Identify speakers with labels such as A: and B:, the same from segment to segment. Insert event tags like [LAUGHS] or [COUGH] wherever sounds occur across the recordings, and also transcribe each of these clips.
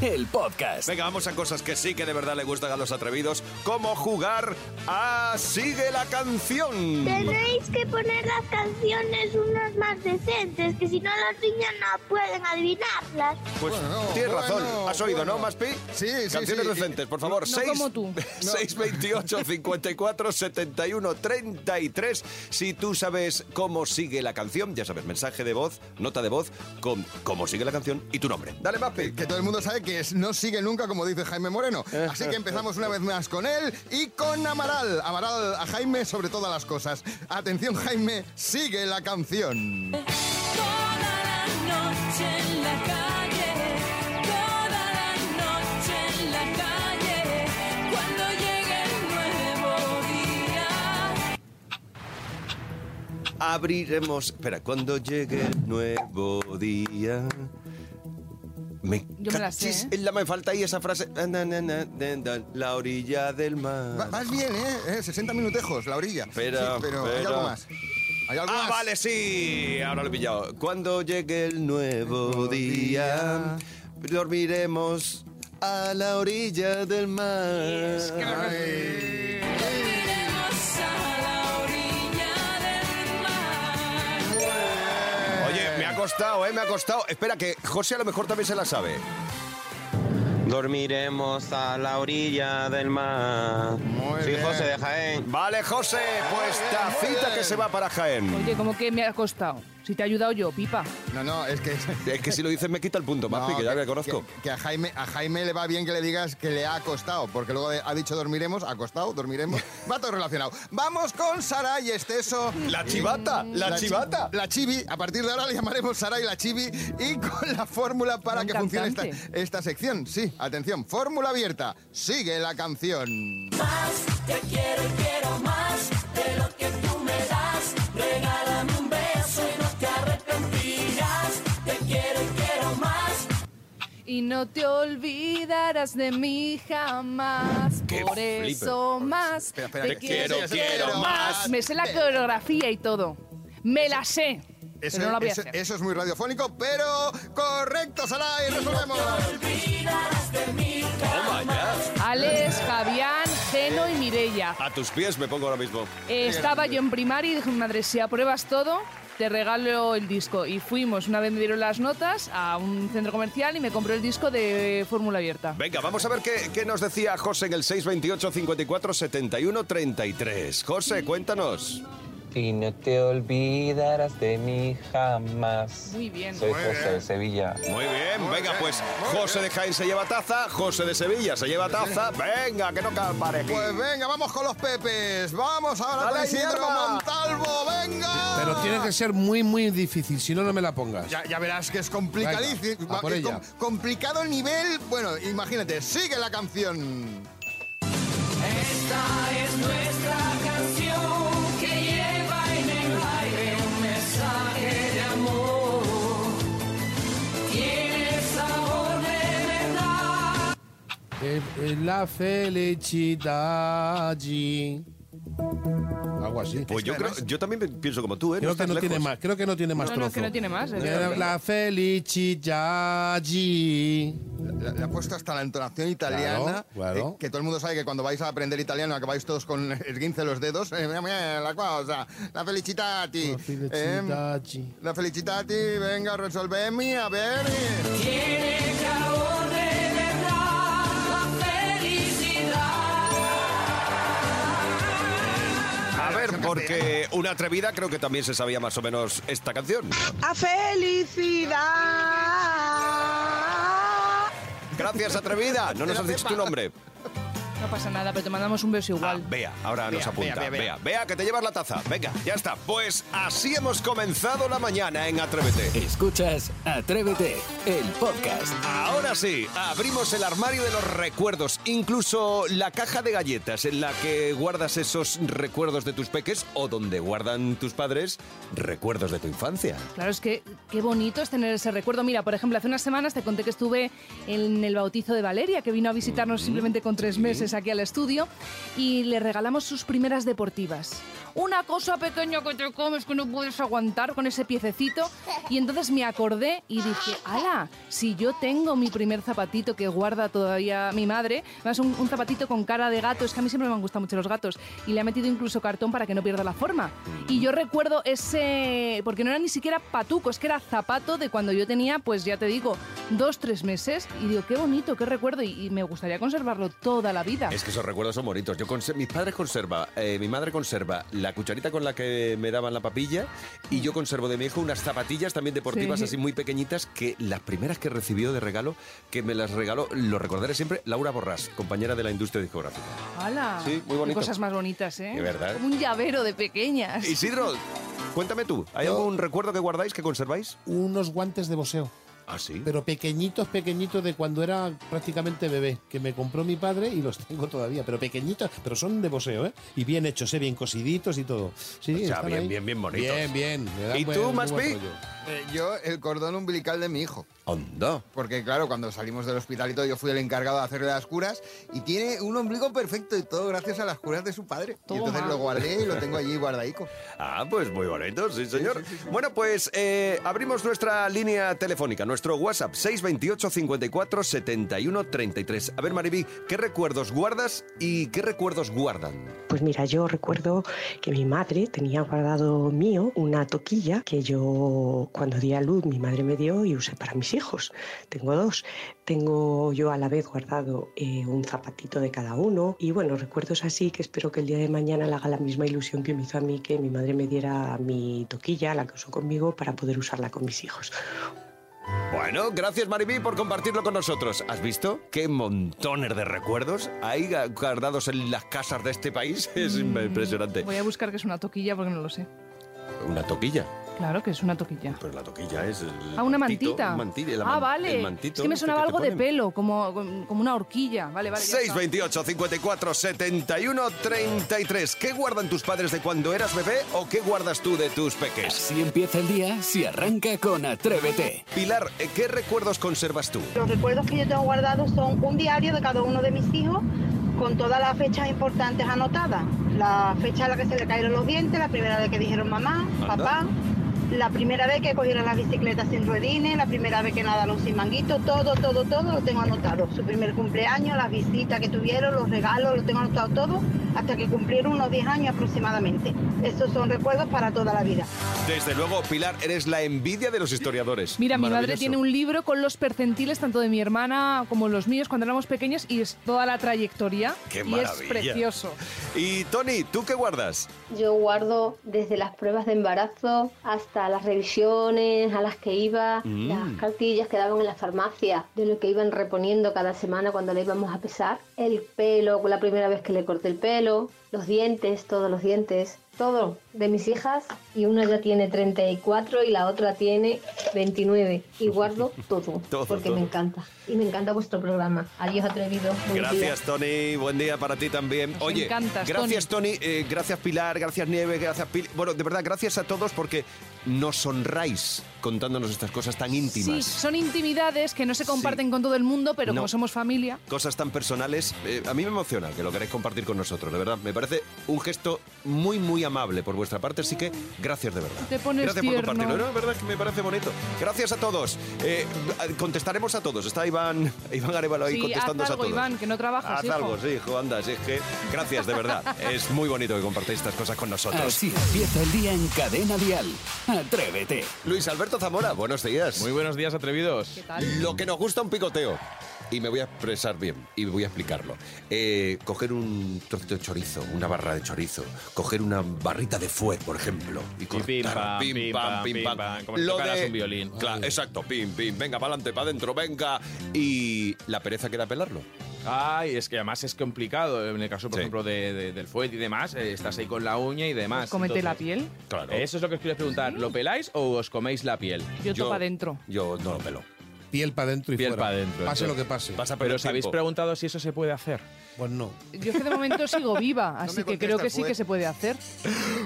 A: el podcast.
B: Venga, vamos a cosas que sí que de verdad le gustan a los atrevidos, como jugar a Sigue la canción.
C: Tenéis que poner las canciones unas más decentes, que si no los niños no pueden adivinarlas.
B: Pues
D: Bueno,
B: tienes
D: bueno,
B: razón, has oído, ¿no,
D: bueno.
B: Maspi?
D: Sí, sí,
B: Canciones
D: sí.
B: decentes, por favor.
E: No como tú.
B: 628 54 71 33. Si tú sabes cómo sigue la canción, ya sabes, mensaje de voz, nota de voz, con cómo sigue la canción y tu nombre. Dale, Maspi.
D: Que todo el mundo sabe que es- no sigue nunca, como dice Jaime Moreno. Así que empezamos una vez más con él y con Amaral. Amaral a Jaime sobre todas las cosas. Atención, Jaime, sigue la canción.
F: Toda la noche en la calle, toda la noche en la calle, cuando llegue el nuevo día.
B: Abriremos. Espera, cuando llegue el nuevo día. Me
E: Yo me la sé,
B: cachis
E: ¿eh?
B: en la- me falta ahí esa frase. Na, na, na, na, na, na, la orilla del
D: Va-
B: mar.
D: vas bien, ¿eh? Eh, 60 minutejos, la orilla.
B: Espera,
D: Sí, pero hay
B: espera.
D: algo más. Hay algo
B: Ah,
D: más.
B: vale, sí. Ahora lo he pillado. Cuando llegue el nuevo día, dormiremos a la orilla del mar.
D: Ay.
F: Iremos a la orilla del mar.
B: Oye, me ha costado, ¿eh? Me ha costado. Espera, que José a lo mejor también se la sabe.
G: Dormiremos a la orilla del mar.
D: Muy
G: Soy
D: bien.
G: José de Jaén.
B: Vale, José, pues
D: bien, muy
B: tacita
D: bien.
B: que se va para Jaén.
E: Oye, ¿cómo que me ha costado? Si te he ayudado yo, pipa.
D: No, no, es que...
B: Es que si lo dices me quita el punto, Mapi,
D: No,
B: que ya me conozco.
D: que- que a, Jaime, a Jaime le va bien que le digas que le ha acostado, porque luego de- ha dicho dormiremos, acostado, dormiremos.
B: [LAUGHS]
D: Va todo relacionado. Vamos con Saray Esteso.
B: La chivata, la
D: chi-
B: chivata.
D: la chibi. A partir de ahora le llamaremos Saray la chibi y con la fórmula para
E: Un
D: que funcione esta,
E: cantante.
D: esta sección. Sí, atención, fórmula abierta. Sigue la canción.
F: Más, te quiero y quiero más de lo que tú me das. Regálame un beso y no te arrepentirás. Te quiero y quiero más.
E: Y no te olvidarás de mí jamás.
B: Qué
E: Por
B: flipe.
E: eso más.
D: Espera, espera,
E: te
D: que- quiero, quiero más.
E: Me sé la
D: Ve.
E: coreografía y todo. Me la sé.
D: Eso,
E: pero no la voy a
D: eso-
E: hacer.
D: eso es muy radiofónico, pero correcto, Saray, resolvemos.
B: Toma ya.
E: Alex, Fabián, Geno y Mirella.
B: A tus pies me pongo ahora mismo.
E: estaba yo en primaria y dije, madre, si apruebas todo, te regalo el disco. Y fuimos, una vez me dieron las notas, a un centro comercial y me compró el disco de Fórmula Abierta.
B: Venga, vamos a ver qué, qué nos decía José en el 628 54 71 33. José, cuéntanos.
G: Y no te olvidarás de mí jamás.
E: Muy bien.
G: Soy
D: Muy
G: José
D: bien.
G: de Sevilla.
B: Muy bien, venga,
D: bien,
B: pues
D: muy
B: José de Jaén se lleva taza, José de Sevilla se lleva taza. Venga, que no campare aquí.
D: Pues venga, vamos con los pepes. Vamos ahora
B: ¡Dale
D: con Isidro
B: hierba!
D: Montalvo, venga.
H: Pero tiene que ser muy, muy difícil, si no, no me la pongas.
D: Ya, ya verás que es complicadísimo.
H: Venga, a por
D: es
H: ella.
D: com- complicado nivel. Bueno, imagínate, sigue la canción.
F: Esta es nuestra canción que lleva en el aire un mensaje de amor. Tiene sabor de verdad.
H: Eh, eh, la felicidad. allí. Algo así.
B: Pues yo creo, yo también pienso como tú, ¿eh?
H: Creo que
B: estás
H: no tiene
B: lejos.
H: más, creo que no tiene más
E: No, no,
H: trozo.
E: es que no tiene más, es
H: Eh,
E: verdad.
H: La felicidad. allí.
D: Le, le ha puesto hasta la entonación italiana.
H: Claro, claro.
D: eh, que todo el mundo sabe que cuando vais a aprender italiano acabáis todos con [LAUGHS] esguince los dedos. Eh, mira, mira, la cosa. La felicitati.
H: La felicidad. allí.
D: Eh, la felicitati. Venga, resolveme. A ver. eh.
F: Tiene calor de verdad, la felicidad.
B: A ver, porque una atrevida creo que también se sabía más o menos esta canción.
I: a felicidad.
B: Gracias, atrevida. No nos has dicho tu nombre. Ah,
E: No pasa nada, pero te mandamos un beso igual.
B: Vea, ahora nos
I: Bea,
B: apunta.
I: Bea,
B: Vea,
I: Bea, Bea.
B: vea, que te llevas la taza. Venga, ya está. Pues así hemos comenzado la mañana en Atrévete.
A: Escuchas Atrévete, el podcast.
B: Ahora sí, abrimos el armario de los recuerdos, incluso la caja de galletas en la que guardas esos recuerdos de tus peques o donde guardan tus padres recuerdos de tu infancia.
E: Claro, es que qué bonito es tener ese recuerdo. Mira, por ejemplo, hace unas semanas te conté que estuve en el bautizo de Valeria, que vino a visitarnos simplemente con tres meses aquí al estudio, y le regalamos sus primeras deportivas. Una cosa pequeña que te comes que no puedes aguantar con ese piececito. Y entonces me acordé y dije, ala, si yo tengo mi primer zapatito que guarda todavía mi madre, más un, un zapatito con cara de gato, es que a mí siempre me han gustado mucho los gatos, y le ha metido incluso cartón para que no pierda la forma.
B: Mm.
E: Y yo recuerdo ese, porque no era ni siquiera patuco, es que era zapato de cuando yo tenía, pues ya te digo, dos, tres meses, y digo, qué bonito, qué recuerdo, y, y me gustaría conservarlo toda la vida.
B: Es que esos recuerdos son bonitos. Yo conse- mis padres conserva, eh, mi madre conserva la cucharita con la que me daban la papilla y yo conservo de mi hijo unas zapatillas también deportivas
E: Sí.
B: así muy pequeñitas que las primeras que recibió de regalo, que me las regaló, lo recordaré siempre, Laura Borrás, compañera de la industria discográfica.
E: ¡Hala!
B: Sí,
E: Qué
B: muy bonito.
E: cosas más bonitas, ¿eh?
B: De verdad.
E: Como un llavero de pequeñas.
B: Isidro, cuéntame tú, ¿hay
H: Yo-
B: algún recuerdo que guardáis, que conserváis?
H: Unos guantes de boxeo.
B: Ah, sí.
H: Pero pequeñitos, pequeñitos de cuando era prácticamente bebé, que me compró mi padre y los [LAUGHS] tengo todavía, pero pequeñitos, pero son de boxeo, ¿eh? Y bien hechos, ¿eh? Bien cosiditos y todo. Sí,
B: O sea,
H: están
B: bien,
H: ahí.
B: bien, bien bonitos.
H: Bien, bien. me da
B: ¿Y
H: buen-
B: tú,
H: muy buen
B: Maspi?
H: rollo.
D: Eh, yo, el cordón umbilical de mi hijo.
B: Onda.
D: Porque claro, cuando salimos del hospital y todo, yo fui el encargado de hacerle las curas y tiene un ombligo perfecto y todo gracias a las curas de su padre. Y entonces
E: Toma.
D: lo guardé y lo tengo allí guardadico.
B: Ah, pues muy bonito, sí, señor. Bueno, pues eh, abrimos nuestra línea telefónica, nuestro WhatsApp 628 54 71 33. A ver, Mariby, ¿qué recuerdos guardas y qué recuerdos guardan?
J: Pues mira, yo recuerdo que mi madre tenía guardado mío una toquilla que yo cuando di a luz mi madre me dio y usé para mis hijos. Tengo dos. Tengo yo a la vez guardado eh, un zapatito de cada uno y bueno, recuerdos así que espero que el día de mañana le haga la misma ilusión que me hizo a mí que mi madre me diera mi toquilla, la que usó conmigo, para poder usarla con mis hijos.
B: Bueno, gracias, Mariby, por compartirlo con nosotros. ¿Has visto qué montones de recuerdos hay ga- guardados en las casas de este país? [LAUGHS] Es
E: Mm.
B: impresionante.
E: Voy a buscar que es una toquilla porque no lo sé.
B: Una toquilla.
E: Claro que es una toquilla.
B: Pero la toquilla es. el
E: Ah, una
B: mantito,
E: mantita.
B: un manti- el
E: ah,
B: man-
E: vale.
B: el mantito
E: es que me
B: este
E: sonaba
B: te
E: algo de
B: ponen.
E: pelo, como, como una horquilla. Vale, vale. ya está.
B: 628 54 71 33. ¿Qué guardan tus padres de cuando eras bebé o qué guardas tú de tus peques?
A: Si empieza el día, si arranca con Atrévete.
B: Pilar, eh, ¿qué recuerdos conservas tú?
K: Los recuerdos que yo tengo guardados son un diario de cada uno de mis hijos con todas las fechas importantes anotadas. La fecha en la que se le cayeron los dientes, la primera vez que dijeron mamá,
B: Anda.
K: papá, la primera vez que cogieron las bicicletas sin ruedines, la primera vez que nadaron sin manguito, todo, todo, todo lo tengo anotado. Su primer cumpleaños, las visitas que tuvieron, los regalos, lo tengo anotado todo hasta que cumplieron unos 10 años aproximadamente. Esos son recuerdos para toda la vida.
B: Desde luego, Pilar, eres la envidia de los historiadores.
E: Mira, mi madre
B: Maravilloso.
E: tiene un libro con los percentiles tanto de mi hermana como los míos cuando éramos pequeños y es toda la trayectoria.
B: ¡Qué
E: y
B: maravilla!
E: es precioso.
B: Y Tony, ¿tú qué guardas?
J: Yo guardo desde las pruebas de embarazo hasta las revisiones a las que iba,
E: Mm.
J: las cartillas que daban en la farmacia, de lo que iban reponiendo cada semana cuando le íbamos a pesar, el pelo, la primera vez que le corté el pelo, los dientes, todos los dientes, todo de mis hijas y una ya tiene 34 y la otra tiene 29 y guardo todo,
B: Todo,
J: porque
B: todo.
J: me encanta y me encanta vuestro programa. Adiós atrevido. Buen día.
B: Gracias, Tony. Buen día para ti también.
E: Nos
B: Oye,
E: encantas,
B: gracias, Tony. Eh, gracias, Pilar. Gracias, Nieves. Gracias, Pil. Bueno, de verdad, gracias a todos porque nos honráis contándonos estas cosas tan
E: Sí,
B: íntimas.
E: son intimidades que no se comparten
B: Sí.
E: con todo el mundo, pero
B: No.
E: como somos familia,
B: cosas tan personales. eh, a mí me emociona que lo queráis compartir con nosotros, de verdad. Me parece un gesto muy, muy amable por vuestra parte, así que gracias de verdad.
E: Te pones
B: gracias por
E: tierno.
B: compartirlo. No, de verdad que me parece bonito. Gracias a todos. Eh, contestaremos a todos. Está Iván, [LAUGHS] Iván Arevalo ahí
E: Sí, haz
B: contestándonos
E: algo,
B: a todos.
E: Iván, que no trabajas,
B: Haz
E: hijo.
B: algo, sí, hijo, anda. Si es que gracias, de verdad.
E: [LAUGHS]
B: es muy bonito que compartáis estas cosas con
E: Ah,
B: nosotros.
A: Así empieza el día en cadena dial. Atrévete.
B: Luis Alberto Zamora, buenos días.
I: Muy buenos días, atrevidos.
E: ¿qué tal?
B: Lo que nos gusta un picoteo. y me voy a expresar bien y voy a explicarlo. Eh, coger un trocito de chorizo, una barra de chorizo, coger una barrita de fuet, por ejemplo, y cortar,
I: pim, pam, pim, pam, pim, pam, como si tocaras un violín.
B: Claro, exacto, pim, pim, venga, para adelante, para adentro, venga. Y la pereza queda pelarlo.
I: Ay, es que además es complicado. eh, En el caso, por
B: Sí.
I: ejemplo, de- de- del fuet y demás, eh, estás ahí con la uña y demás.
E: Comete la
I: Entonces,
E: piel.
B: Claro.
I: Eso es lo que os quiero preguntar. ¿Lo peláis o os coméis la piel?
E: Yo,
B: Yo-
E: topa adentro.
B: Yo no lo pelo.
H: Piel para adentro y
I: Piel
H: fuera.
I: pa' dentro,
H: Pase
I: entonces.
H: lo que pase.
B: Vas a
I: Pero
B: perder
I: os habéis
B: tiempo.
I: preguntado si eso se puede hacer.
H: Pues no.
E: Yo es que de momento sigo viva, así que creo
D: contestas,
E: que sí
D: pues.
E: que se puede hacer.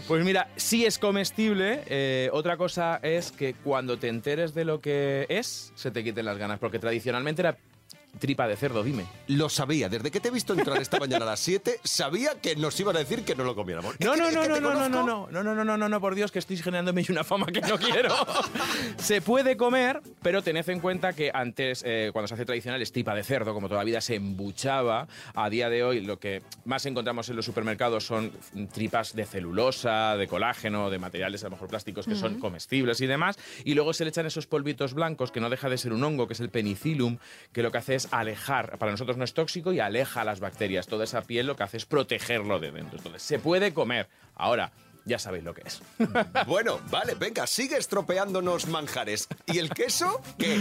I: Pues mira, sí es comestible. eh, otra cosa es que cuando te enteres de lo que es, se te quiten las ganas. Porque tradicionalmente era tripa de cerdo, dime.
B: Lo sabía. Desde que te he visto entrar esta mañana a las 7, sabía que nos iban a decir que no lo comiéramos.
I: No,
B: ¿Es
I: no,
B: que-
I: no,
B: es que
I: no,
B: te
I: no, no, no,
B: conozco?
I: no, no, no, no, no, no, no, por Dios, que estoy generándome yo una fama
H: [LAUGHS]
I: que no quiero. se puede comer, pero tened en cuenta que antes, eh, cuando se hace tradicional, es tripa de cerdo, como toda la vida se embuchaba. A día de hoy, lo que más encontramos en los supermercados son tripas de celulosa, de colágeno, de materiales a lo mejor plásticos que son comestibles y demás. Y luego se le echan esos polvitos blancos, que no deja de ser un hongo, que es el penicillium, que lo que hace es alejar, para nosotros no es tóxico y aleja las bacterias. Toda esa piel lo que hace es protegerlo de dentro. Entonces, se puede comer. Ahora, ya sabéis lo que es.
B: Bueno, vale, venga, sigue estropeándonos manjares. ¿Y el queso? ¿Qué?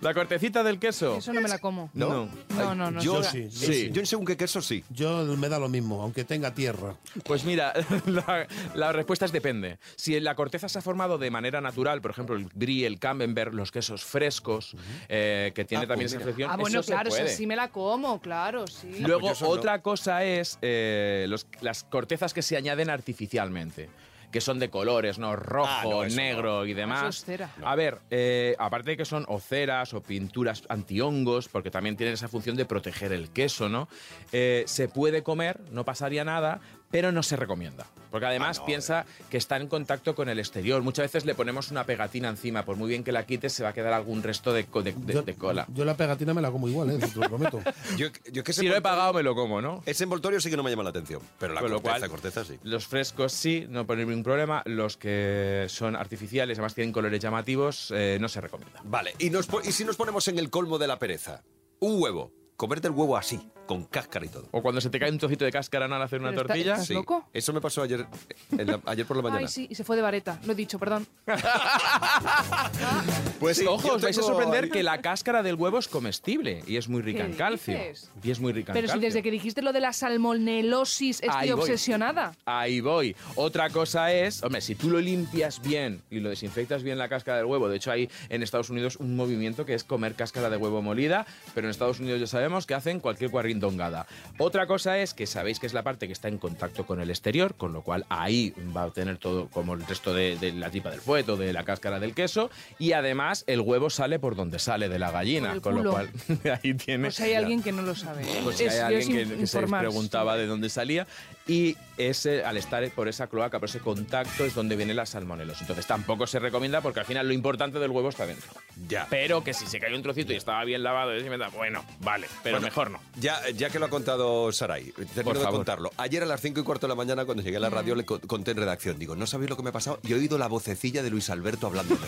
I: La cortecita del queso.
E: Eso no me la como.
I: No.
E: No, no, no.
B: Yo,
H: Yo sí,
I: yo sí.
B: Yo en según qué queso sí.
H: Yo me da lo mismo, aunque tenga tierra.
I: Pues mira, [LAUGHS] la, la respuesta es depende. Si la corteza se ha formado de manera natural, por ejemplo, el brie, el camembert, los quesos frescos, eh, que tiene
B: Ah,
I: también
B: pues
I: esa
B: mira.
I: infección,
E: Ah, bueno,
I: eso se
E: claro, o sea,
I: puede.
E: sí me la como, claro, sí.
I: Luego,
B: pues yo eso no.
I: otra cosa es eh, los- las cortezas que se añaden artificialmente, que son de colores, ¿no? Rojo,
B: Ah, no, eso
I: negro y demás.
E: Eso es cera.
I: A ver, eh, aparte de que son o ceras o pinturas antihongos, porque también tienen esa función de proteger el queso, ¿no? Eh, se puede comer, no pasaría nada, pero no se recomienda. Porque
B: Ah,
I: además piensa que está en contacto con el exterior. Muchas veces le ponemos una pegatina encima, por muy bien que la quites, se va a quedar algún resto de, co- de- de- de cola.
H: Yo la pegatina me la como igual, ¿eh? te lo
I: [LAUGHS]
H: prometo.
B: Yo, yo que ese,
I: Si lo he
B: envol-
I: pagado, me lo como, ¿no?
B: ese envoltorio sí que no me llama la atención. Pero la
I: Con lo
B: corteza,
I: cual-
B: corteza sí.
I: Los frescos sí, no ponen ningún problema. Los que Eh, son artificiales, además tienen colores llamativos, eh, no se recomienda.
B: Vale, y, nos po- y si nos ponemos en el colmo de la pereza? Un huevo. Comerte el huevo así, con cáscara y todo.
I: O cuando se te cae un trocito de cáscara al hacer una
E: Pero está-
I: tortilla.
E: ¿Estás loco?
B: Eso me pasó ayer, en la- ayer por la mañana.
E: Ay, sí, y se fue de vareta. Lo he dicho, perdón.
B: Pues sí,
I: Ojo,
B: yo
I: os vais a
B: tengo-
I: sorprender que la cáscara del huevo es comestible y es muy rica
E: ¿Qué
I: en calcio.
E: dices?
I: Y es muy rica en
E: Pero si
I: calcio.
E: desde que dijiste lo de la salmonelosis estoy
I: Ahí voy.
E: obsesionada.
I: Ahí voy. Otra cosa es, hombre, si tú lo limpias bien y lo desinfectas bien la cáscara del huevo, de hecho hay en Estados Unidos un movimiento que es comer cáscara de huevo molida, pero en Estados Unidos ya sabemos que hacen cualquier guarrindongada. Otra cosa es que sabéis que es la parte que está en contacto con el exterior, con lo cual ahí va a tener todo como el resto de, de la tripa del fueto, de la cáscara del queso, y además el huevo sale por donde sale de la
E: Por
I: gallina,
E: el
I: con lo
E: culo.
I: cual [LAUGHS] ahí tiene...
E: Pues si hay alguien que no lo sabe.
I: Pues si
E: Es-
I: hay
E: yo
I: alguien
E: es
I: que, que se
E: informar.
I: preguntaba de dónde salía. Y ese, al estar por esa cloaca, por ese contacto, es donde viene la salmonelos. Entonces tampoco se recomienda porque al final lo importante del huevo está dentro.
B: Ya.
I: Pero que si se cae un trocito y estaba bien lavado, y se me da, bueno, vale, pero
B: Bueno,
I: mejor no.
B: Ya, ya que lo ha contado Saray, termino de
I: favor.
B: contarlo. Ayer a las 5 y cuarto de la mañana, cuando llegué a la radio, le co- conté en redacción. Digo, no sabéis lo que me ha pasado y he oído la vocecilla de Luis
E: [LAUGHS]
B: Alberto hablándome.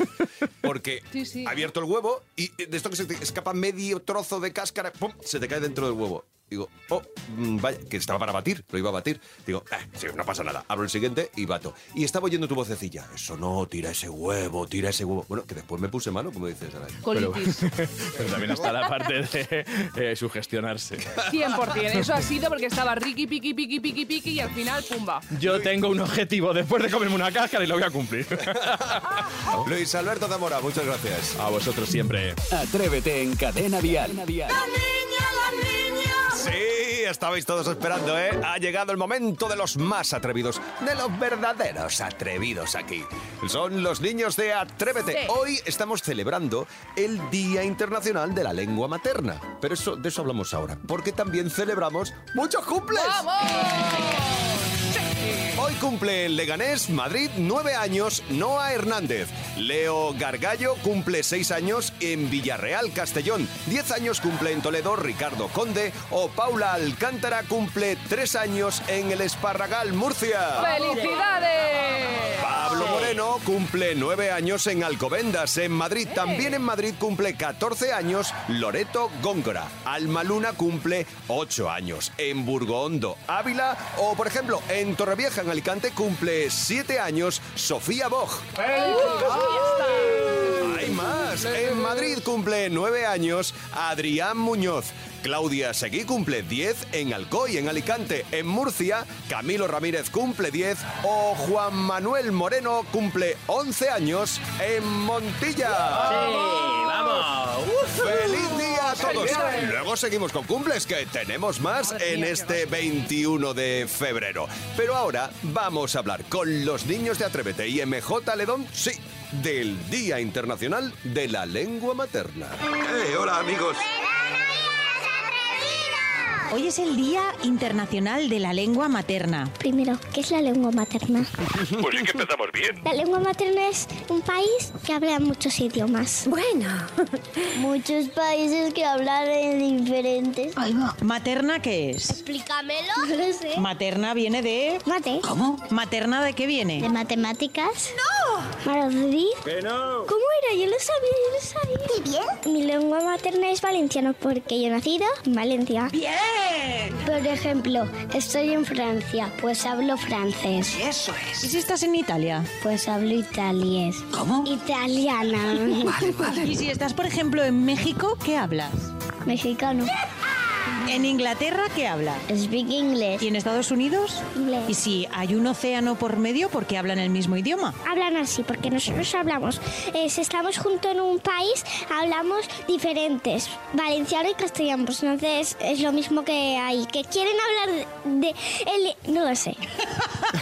B: Porque
E: Sí, sí.
B: ha abierto el huevo y eh, de esto que se te escapa medio trozo de cáscara, ¡pum! se te cae dentro del huevo. Digo, oh, mm, vaya, que estaba para batir, lo iba a batir. Digo, "Ah, sí, no pasa nada. Abro el siguiente y bato. Y estaba oyendo tu vocecilla. Eso no, tira ese huevo, tira ese huevo. Bueno, que después me puse mano, como dices, Saray.
E: Colitis.
I: [LAUGHS] Pero también está la parte de eh, sugestionarse.
E: 100%. Eso ha sido porque estaba riqui, piqui, piqui, piqui, piqui y al final, pumba.
I: Yo tengo un objetivo después de comerme una cáscara y lo voy a cumplir.
E: Oh.
B: Luis Alberto Zamora, muchas gracias.
I: A vosotros siempre.
A: Atrévete en Cadena Dial.
B: Sí, estabais todos esperando, ¿eh? Ha llegado el momento de los más atrevidos, de los verdaderos atrevidos aquí. Son los niños de Atrévete. Hoy estamos celebrando el Día Internacional de la Lengua Materna. Pero eso, de eso hablamos ahora, porque también celebramos muchos cumples. Hoy cumple en Leganés, Madrid, nueve años, Noa Hernández. Leo Gargallo cumple seis años en Villarreal, Castellón. Diez años cumple en Toledo Ricardo Conde. O Paula Alcántara cumple tres años en el Esparragal, Murcia.
E: ¡Felicidades!
B: Pablo Moreno Bilbao cumple nueve años en Alcobendas, en Madrid. También en Madrid cumple 14 años Loreto Góngora. Alma Luna cumple 8 años. En Burgondo, Ávila o, por ejemplo, en Torrevieja, en Alicante, cumple 7 años Sofía Boj. Hay más. En Madrid cumple nueve años Adrián Muñoz. Claudia Seguí cumple 10 en Alcoy, en Alicante, en Murcia. Camilo Ramírez cumple 10. O Juan Manuel Moreno cumple 11 años en Montilla.
F: vamos.
B: ¡Feliz día a todos!
F: ¡Felicidades!
B: Luego seguimos con cumples, que tenemos más
F: Madre
B: en
F: mía, qué
B: este 21 de febrero. Pero ahora vamos a hablar con los niños de Atrévete y MJ Ledón, sí, del Día Internacional de la Lengua Materna. Eh, hola, amigos.
L: Hoy es el Día Internacional de la Lengua Materna.
C: Primero, ¿qué es la lengua materna?
M: [LAUGHS] Pues sí que empezamos bien.
C: La lengua materna es un país que habla muchos idiomas. Bueno. muchos países que hablan en diferentes.
L: ¿Materna qué es?
C: Explícamelo. No lo sé.
L: Materna viene de...
C: Mate.
L: ¿Cómo? ¿Materna de qué viene?
C: ¿De matemáticas? ¡No! ¿Marodí?
L: Que no.
C: ¿Cómo era? Yo lo sabía, yo lo sabía. ¿Y bien? Mi lengua materna es valenciano porque yo he nacido en Valencia. ¡Bien! Por ejemplo, estoy en Francia, pues hablo francés. Eso es.
L: ¿Y si estás en Italia?
C: Pues hablo italiés. ¿Cómo? [LAUGHS] Italiana.
L: Y si estás, por ejemplo, en México, ¿qué hablas?
C: Mexicano.
L: ¿En Inglaterra qué hablas?
C: Speak English.
L: ¿Y en Estados Unidos?
C: Inglés.
L: ¿Y si hay un océano por medio, por qué hablan el mismo idioma?
C: Hablan así, porque nosotros hablamos, eh, si estamos juntos en un país, hablamos diferentes, valenciano y castellano, pues entonces es lo mismo que ahí, que quieren hablar de... de- el- no lo sé.
L: [LAUGHS]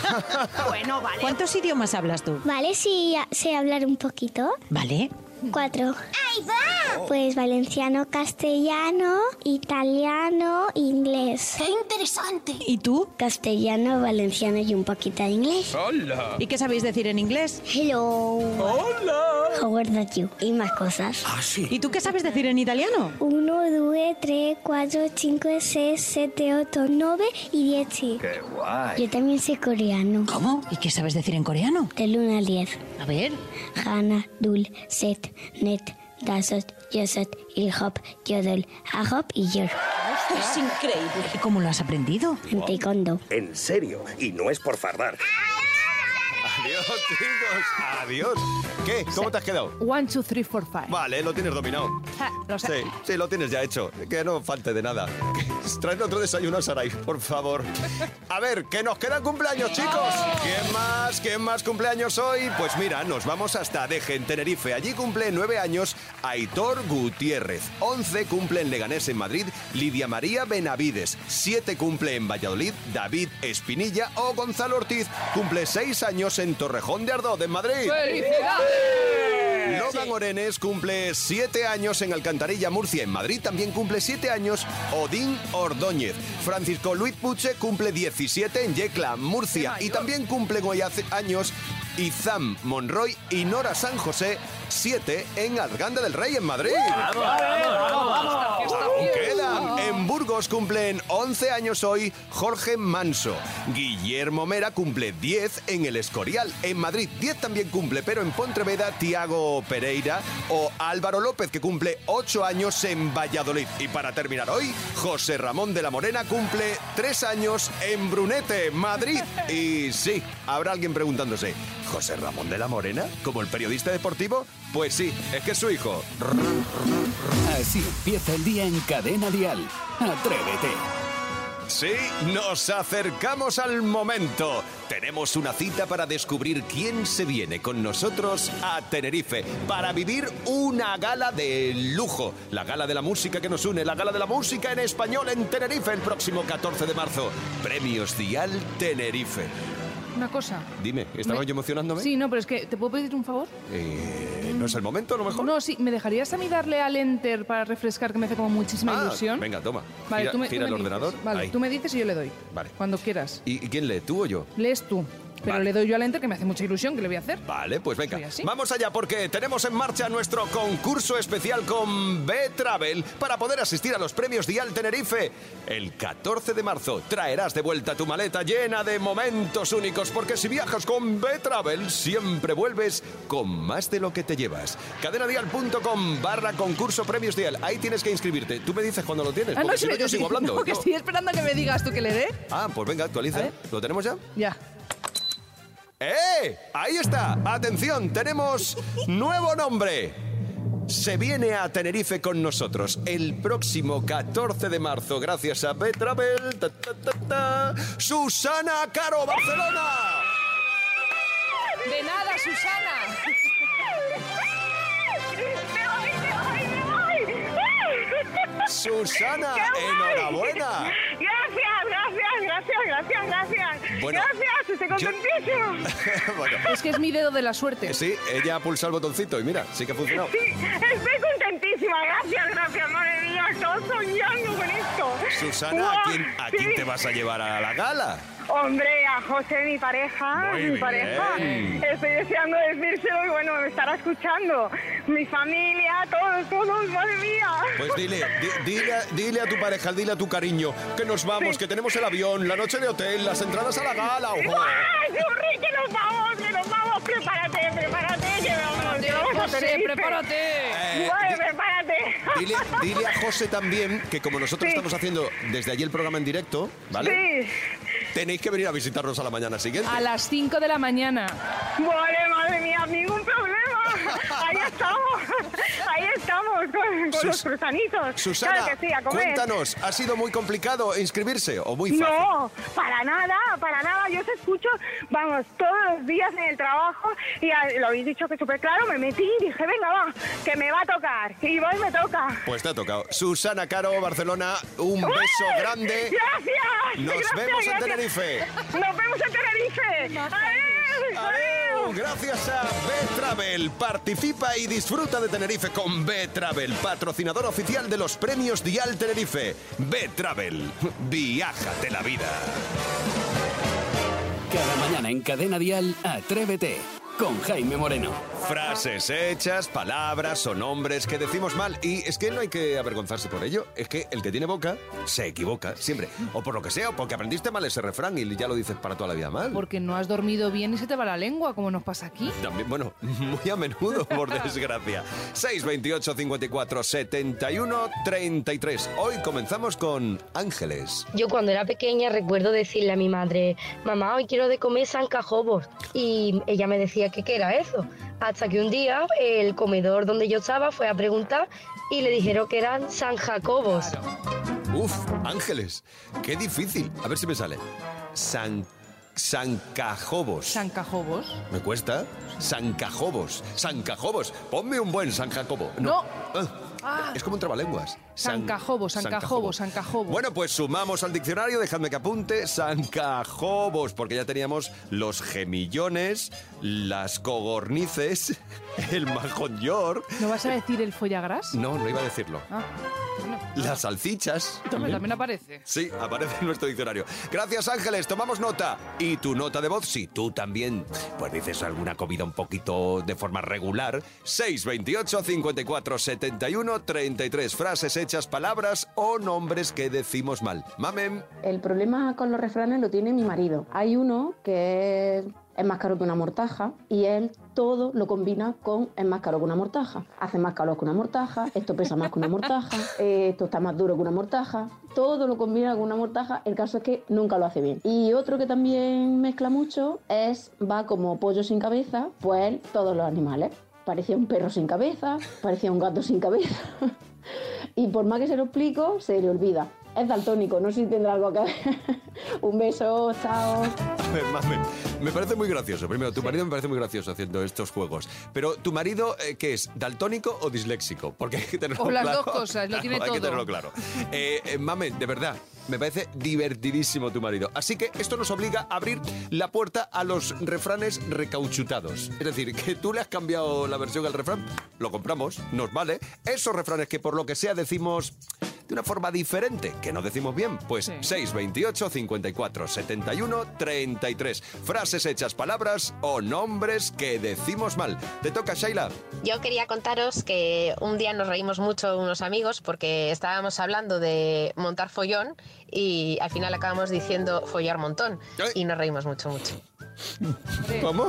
L: bueno, vale. ¿Cuántos idiomas hablas tú?
C: ¿Vale si a- sé hablar un poquito?
L: Vale.
C: Cuatro. ¡Ahí va! Pues valenciano, castellano, italiano, inglés. ¡Qué interesante!
L: ¿Y tú?
C: Castellano, valenciano y un poquito de inglés.
I: ¡Hola!
L: ¿Y qué sabéis decir en inglés?
C: Hello.
I: Hola.
C: How are you? Y más cosas. Ah,
L: sí. ¿Y tú qué sabes decir en italiano?
C: 1, 2, 3, 4, 5, 6, 7, 8, 9 y 10. ¡Qué
L: guay.
C: Yo también sé coreano.
L: ¿Cómo? ¿Y qué sabes decir en coreano?
C: Del 1 al 10.
L: A ver.
C: Hana, dul, set, net, dasot, yosot, ilhop, yodol, ahop y yor.
L: Es increíble. ¿Y cómo lo has aprendido?
C: En taekwondo.
M: En serio, y no es por fardar.
B: Adiós, chicos. Adiós. ¿Qué? ¿Cómo te has quedado?
E: One, two, three, four, five.
B: Vale, lo tienes dominado.
E: Ja, lo sé.
B: Sí, sí, lo tienes ya hecho. Que no falte de nada. [LAUGHS] Traen otro desayuno, Saray, por favor. A ver, que nos quedan cumpleaños, chicos. ¿Quién más? ¿Quién más cumpleaños hoy? Pues mira, nos vamos hasta Deje, en Tenerife. Allí cumple nueve años Aitor Gutiérrez. Once cumple en Leganés, en Madrid, Lidia María Benavides. Siete cumple en Valladolid, David Espinilla o Gonzalo Ortiz. Cumple seis años en Torrejón de Ardoz, en Madrid.
F: ¡Felicidades!
B: Logan Orenes cumple 7 años en Alcantarilla, Murcia. En Madrid también cumple 7 años Odín Ordóñez. Francisco Luis Puche cumple 17 en Yecla, Murcia. Y también cumplen hoy hace años Izam Monroy y Nora San José, 7 en Arganda del Rey, en Madrid.
F: ¡Vamos, vamos, vamos! Fiesta,
B: Aún
F: fiesta.
B: queda. En Burgos cumplen 11 años hoy Jorge Manso. Guillermo Mera cumple 10 en El Escorial. En Madrid 10 también cumple, pero en Pontreveda Tiago Pereira o Álvaro López que cumple 8 años en Valladolid. Y para terminar hoy, José Ramón de la Morena cumple 3 años en Brunete, Madrid. Y sí, habrá alguien preguntándose, ¿José Ramón de la Morena? ¿Como el periodista deportivo? Pues sí, es que es su hijo.
A: Así empieza el día en Cadena Dial. Atrévete.
B: Sí, nos acercamos al momento. Tenemos una cita para descubrir quién se viene con nosotros a Tenerife para vivir una gala de lujo. La gala de la música que nos une, la gala de la música en español en Tenerife el próximo 14 de marzo. Premios Dial Tenerife.
E: Una cosa.
B: Dime, ¿estaba
E: Me-
B: yo emocionándome?
E: Sí, no, pero es que, ¿te puedo pedir un favor?
B: Eh, ¿No es el momento a lo mejor?
E: No, sí, ¿me dejarías a mí darle al enter para refrescar que me hace como muchísima
B: Ah,
E: ilusión?
B: Venga, toma.
E: Vale,
B: gira
E: tú me, tú
B: gira
E: me
B: el
E: dices.
B: ordenador.
E: Vale,
B: Ahí.
E: tú me dices y yo le doy.
B: Vale.
E: Cuando quieras.
B: ¿Y y quién lee? ¿Tú o yo?
E: Lees tú. Pero le doy yo al enter que me hace mucha ilusión que le voy a hacer.
B: Vale, pues venga.
E: Soy así.
B: Vamos allá porque tenemos en marcha nuestro concurso especial con B-Travel para poder asistir a los premios Dial Tenerife. El 14 de marzo traerás de vuelta tu maleta llena de momentos únicos porque si viajas con B-Travel siempre vuelves con más de lo que te llevas. Cadenadial.com barra concurso premios Dial. Ahí tienes que inscribirte. Tú me dices cuando lo tienes
E: Ah,
B: porque si
E: sí,
B: no yo
E: sí.
B: sigo hablando.
E: No, que
B: Yo-
E: estoy esperando a que me digas tú que le dé.
B: Ah, pues venga,
E: A
B: actualiza.
E: ver.
B: ¿Lo tenemos ya?
E: Ya.
B: ¡Eh! Ahí está. Atención, tenemos nuevo nombre. Se viene a Tenerife con nosotros el próximo 14 de marzo, gracias a Betravel. ta, ta, ta, ta, Susana Caro Barcelona.
E: De nada, Susana.
B: Susana,
F: ¡Qué guay!
B: enhorabuena.
F: Gracias, gracias, gracias, gracias.
B: Bueno,
F: gracias, estoy
B: yo-
F: contentísima.
B: [LAUGHS] Bueno,
E: Es que es mi dedo de la suerte.
B: sí, ella ha pulsado el botoncito y mira, sí que
F: [LAUGHS]
B: ha funcionado.
F: Sí, estoy contentísima. Gracias, gracias, madre mía. Estaba soñando con esto.
B: Susana, ¿a
F: Guau,
B: quién, a
F: sí.
B: quién te vas a llevar a la gala?
F: Hombre, a José, mi pareja,
B: Muy
F: mi
B: bien.
F: pareja. Estoy deseando decírselo y bueno, me estará escuchando. Mi familia, todos, todos, madre mía.
B: Pues dile, di- dile, a- dile a tu pareja, dile a tu cariño que nos vamos, que tenemos el avión, la noche de hotel, las entradas a la gala. ojo.
F: ¡Ay, Churri, que nos vamos, que nos vamos! Prepárate, prepárate, que vamos, que vamos a
E: José,
F: Tenerife.
E: prepárate.
B: Eh,
F: Bueno,
B: di-
F: prepárate.
B: Dile, dile a José también que como nosotros
F: Sí.
B: estamos haciendo desde allí el programa en directo, ¿vale?
F: Sí.
B: Tenéis que venir a visitarnos a la mañana siguiente.
E: A las 5 de la mañana.
F: Vale, madre mía, ningún problema. Ahí estamos, ahí estamos con, con los
B: Sus-
F: cruzanitos.
B: Susana,
F: claro que sí, a comer.
B: cuéntanos, ¿ha sido muy complicado inscribirse o muy fácil?
F: No, para nada, para nada. Yo te escucho, vamos, todos los días en el trabajo y a- lo habéis dicho que súper claro, me metí y dije, venga, va, que me va a tocar. Y voy, me toca.
B: Pues te ha tocado. Susana Caro, Barcelona, un beso
F: ¡Uy! [LAUGHS]
B: grande.
F: Gracias.
B: Nos
F: gracias,
B: vemos en
F: gracias.
B: Tenerife.
F: Nos vemos en Tenerife. Adiós,
B: Adeu, Gracias a B-Travel. Participa y disfruta de Tenerife con B-Travel, patrocinador oficial de los premios Dial Tenerife. B-Travel, viájate la vida.
A: Cada mañana en Cadena Dial, Atrévete con Jaime Moreno.
B: Frases hechas, palabras o nombres que decimos mal. Y es que no hay que avergonzarse por ello. Es que el que tiene boca se equivoca siempre. O por lo que sea, o porque aprendiste mal ese refrán y ya lo dices para toda la vida mal.
E: Porque no has dormido bien y se te va la lengua, como nos pasa aquí.
B: También, bueno, [LAUGHS] muy a menudo, por desgracia. 628 54 71 33. Hoy comenzamos con Ángeles.
N: Yo cuando era pequeña recuerdo decirle a mi madre, mamá, hoy quiero de comer zancajobos. Y ella me decía que qué era eso. Hasta que un día el comedor donde yo estaba fue a preguntar y le dijeron que eran zanjacobos.
B: Uf, Ángeles, qué difícil. A ver si me sale. San. Sancajobos.
E: Sancajobos.
B: ¿Me cuesta? Sancajobos. Sancajobos. Ponme un buen San Jacobo.
E: No.
B: Ah,
E: Ah.
B: Es como un trabalenguas. San-
E: Sancajobos,
B: Sancajobo.
E: Sancajobos, Sancajobos.
B: Bueno, pues sumamos al diccionario, dejadme que apunte, zancajobos, porque ya teníamos los gemillones, las cogornices, [LAUGHS] el majón york.
E: ¿No vas a decir el follagrás?
B: No, no iba a decirlo.
E: Ah, bueno.
B: Las salchichas.
E: Toma,
B: también.
E: también aparece.
B: Sí, aparece en nuestro diccionario. Gracias, Ángeles. Tomamos nota. Y tu nota de voz, si tú también pues dices alguna comida un poquito de forma regular, 628 54 71 33. Frases hechas, palabras o nombres que decimos mal. Mamen.
O: El problema con los refranes lo tiene mi marido. Hay uno que es, es más caro que una mortaja y él todo lo combina con es más caro que una mortaja. Hace más calor que una mortaja, esto pesa más que una mortaja, [LAUGHS] eh, esto está más duro que una mortaja. Todo lo combina con una mortaja, el caso es que nunca lo hace bien. Y otro que también mezcla mucho es va como pollo sin cabeza, pues él, todos los animales. Parecía un perro sin cabeza, parecía un gato sin cabeza. [LAUGHS] Y por más que se lo explico, se le olvida. Es daltónico, no sé si tendrá algo que ver. [LAUGHS] Un beso, chao.
B: A ver, Mamen. Me parece muy gracioso. Primero, tu marido me parece muy gracioso haciendo estos juegos. Pero, ¿tu marido eh, qué es? ¿Daltónico o disléxico? Porque hay que tenerlo
E: O las
B: claro.
E: dos cosas, lo tiene
B: Hay que
E: todo.
B: tenerlo claro. Eh, eh, Mamen, de verdad, me parece divertidísimo tu marido. Así que esto nos obliga a abrir la puerta a los refranes recauchutados. Es decir, que tú le has cambiado la versión al refrán, lo compramos, nos vale. Esos refranes que por lo que sea decimos de una forma diferente, que no decimos bien. Pues 628 54 71 33. Frases hechas palabras o nombres que decimos mal. Te toca, Shaila.
P: Yo quería contaros que un día nos reímos mucho unos amigos porque estábamos hablando de montar follón y al final acabamos diciendo follar montón y nos reímos mucho, mucho.
B: ¿Cómo?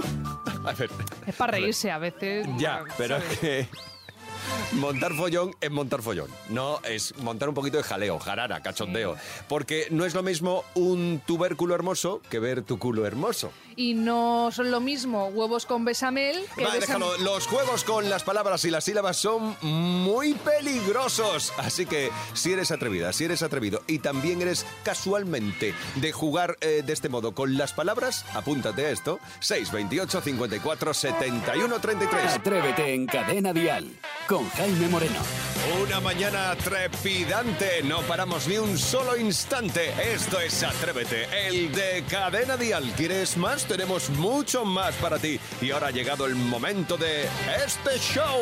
B: A ver.
E: Es para reírse a veces.
B: Ya,
E: bueno,
B: pero
E: ¿sabes?
B: es que. Montar follón es montar follón. No, es montar un poquito de jaleo, jarana, cachondeo. Porque no es lo mismo un tubérculo hermoso que ver tu culo hermoso.
E: Y no son lo mismo huevos con besamel que
B: Va,
E: besam-
B: déjalo. Los juegos con las palabras y las sílabas son muy peligrosos. Así que si eres atrevida, si eres atrevido y también eres casualmente de jugar eh, de este modo con las palabras, apúntate a esto. 628 54 71 33.
A: Atrévete en Cadena Dial con Jaime Moreno.
B: Una mañana trepidante, no paramos ni un solo instante. Esto es Atrévete, el de Cadena Dial. ¿Quieres más? Tenemos mucho más para ti. Y ahora ha llegado el momento de este show.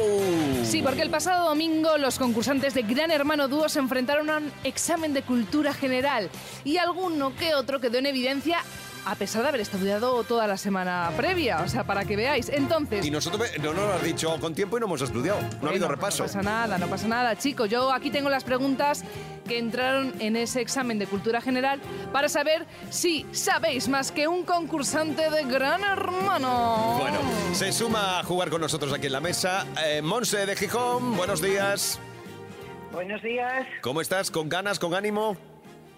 E: Sí, porque el pasado domingo los concursantes de Gran Hermano Dúo se enfrentaron a un examen de cultura general y alguno que otro quedó en evidencia a pesar de haber estudiado toda la semana previa, o sea, para que veáis. Entonces,
B: Y nosotros no nos lo has dicho con tiempo y no hemos estudiado. No ha habido repaso.
E: No pasa nada, no pasa nada, chicos. Yo aquí tengo las preguntas que entraron en ese examen de cultura general para saber si sabéis más que un concursante de Gran Hermano.
B: Bueno, se suma a jugar con nosotros aquí en la mesa. eh, Monse de Gijón, buenos días.
Q: Buenos días.
B: ¿Cómo estás? ¿Con ganas? ¿Con ánimo?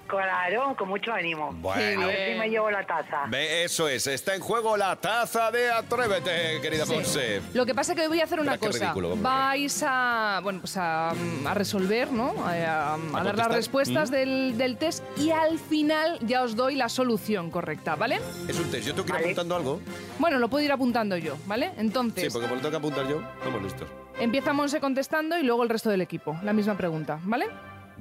Q: Claro, con mucho ánimo.
B: Bueno.
Q: A ver si me llevo la taza.
B: Ve, Eso es, está en juego la taza de Atrévete, querida
E: Sí.
B: Monse.
E: Lo que pasa es que voy a hacer una
B: Mira qué
E: cosa.
B: ridículo, vamos a
E: Vais a, bueno, pues a, mm, a resolver, ¿no? A, a- a dar las
B: contestar.
E: respuestas
B: Mm.
E: del, del test y al final ya os doy la solución correcta, ¿vale?
B: Es un test. Yo tengo que ir apuntando algo.
E: Bueno, lo puedo ir apuntando yo, ¿vale? Entonces,
B: Sí, porque por lo tengo que apuntar yo. Estamos listos.
E: empieza Monse contestando y luego el resto del equipo. La misma pregunta, ¿vale?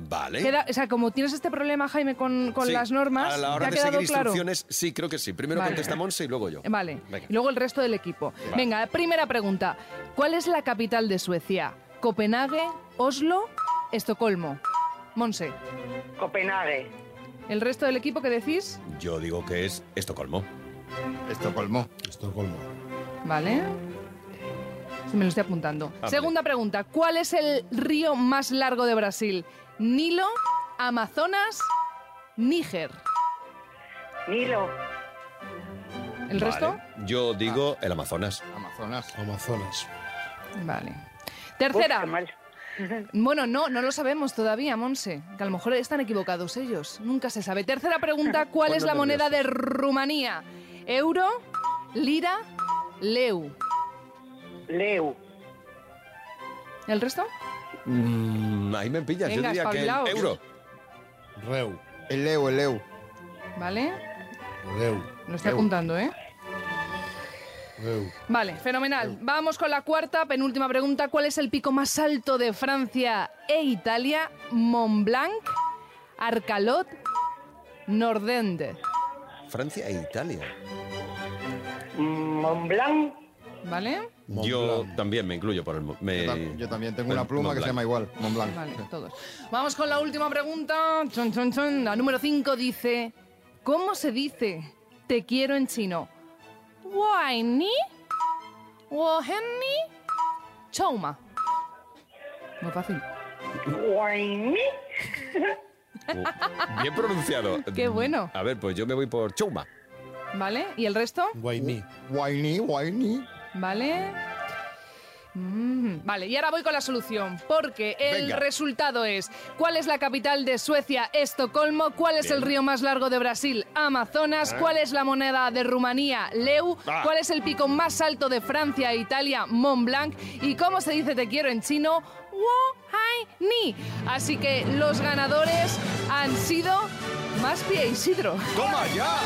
B: Vale.
E: Queda- o sea, como tienes este problema, Jaime, con, con
B: Sí,
E: las normas,
B: A la
E: ¿te
B: hora
E: ha
B: de
E: quedado
B: seguir
E: claro?
B: instrucciones, sí, creo que sí. Primero
E: Vale.
B: contesta Monse y luego yo.
E: Vale.
B: Venga.
E: Y luego el resto del equipo.
B: Vale.
E: Venga, primera pregunta. ¿Cuál es la capital de Suecia? ¿Copenhague, Oslo, Estocolmo? Monse.
Q: Copenhague.
E: ¿El resto del equipo qué decís?
B: Yo digo que es Estocolmo.
D: Estocolmo.
H: Estocolmo.
E: Vale. Se me lo estoy apuntando.
B: Ah,
E: Segunda pregunta. ¿Cuál es el río más largo de Brasil? ¿Nilo, Amazonas, Níger?
Q: Nilo.
E: ¿El resto?
B: Vale. Yo digo el Amazonas.
D: Amazonas.
H: Amazonas.
E: Vale. Tercera. Bueno, no, no lo sabemos todavía, Monse. Que a lo mejor están equivocados ellos. Nunca se sabe. Tercera pregunta, ¿cuál es
F: Ponnos
E: la moneda de Rumanía? ¿Euro, lira, leu?
Q: Leu.
E: ¿El resto?
B: Mm, ahí me pillas.
E: Venga,
B: yo diría que
E: espabilaos.
B: el euro.
H: Reu.
D: El Leu, el Leu.
E: ¿Vale?
H: Reu.
E: Lo estoy apuntando, ¿eh? Vale, fenomenal. Vamos con la cuarta, penúltima pregunta. ¿Cuál es el pico más alto de Francia e Italia? Mont Blanc, Arcalot, Nordende.
B: Francia e Italia.
Q: Mont Blanc.
E: ¿Vale?
B: yo también me incluyo por el. mo- me-
D: Yo
B: [LAUGHS]
D: también tengo
B: Bueno,
D: una pluma
B: Eh, Mont
D: que se
B: Blanc.
D: llama igual, Mont Blanc.
E: Vale, todos. Vamos con la última pregunta. Chon, chon, chon. La número 5 dice: ¿Cómo se dice te quiero en chino? Waini, Wohenni, Chouma. Muy fácil.
Q: Guayni.
B: Oh, Bien pronunciado.
E: [LAUGHS] Qué bueno.
B: A ver, pues yo me voy por Chouma.
E: ¿Vale? ¿Y el resto?
H: Guayni.
D: Guayni, guayni.
E: ¿Vale? Mm, Vale, y ahora voy con la solución, porque el
D: Venga.
E: resultado es ¿Cuál es la capital de Suecia? Estocolmo. ¿Cuál es el
F: Bien.
E: río más largo de Brasil? Amazonas.
F: Ah.
E: ¿Cuál es la moneda de Rumanía? Leu.
F: Ah.
E: ¿Cuál es el pico más alto de Francia e Italia? Mont Blanc. ¿Y cómo se dice te quiero en chino? Ni. Así que los ganadores han sido Más Pie e Isidro.
B: ¡Toma ya!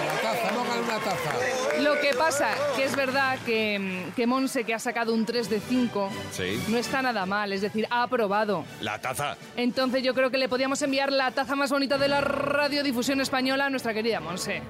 H: Una taza, no gana una taza.
E: Lo que pasa que es verdad que, mm, que Monse, que ha sacado un 3 de 5,
B: Sí.
E: no está nada mal, es decir, ha aprobado.
B: La taza.
E: Entonces yo creo que le podíamos enviar la taza más bonita de la radiodifusión española a nuestra querida Monse.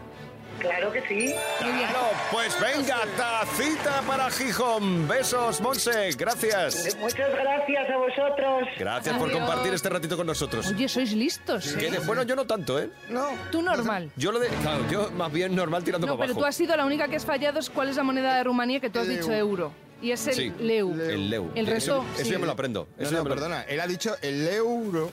Q: Claro que sí.
B: Claro, pues venga, tacita para Gijón. Besos, Monse. Gracias.
Q: Muchas gracias a vosotros.
B: Gracias por
E: Adiós.
B: compartir este ratito con nosotros.
E: Oye, sois listos.
B: Que de- bueno, yo no tanto, ¿eh?
E: No. Tú normal.
B: Yo lo de. Claro, yo más bien normal tirando
E: No,
B: para
E: pero
B: abajo.
E: tú has sido la única que has fallado. es ¿Cuál es la moneda de Rumanía que tú has dicho euro? Y es el
B: Sí.
E: leu.
B: El leu.
E: El resto,
B: Eso, eso
E: sí.
B: ya me lo aprendo.
D: No,
B: Eso
D: no,
B: ya me lo-
D: perdona, él ha dicho el euro.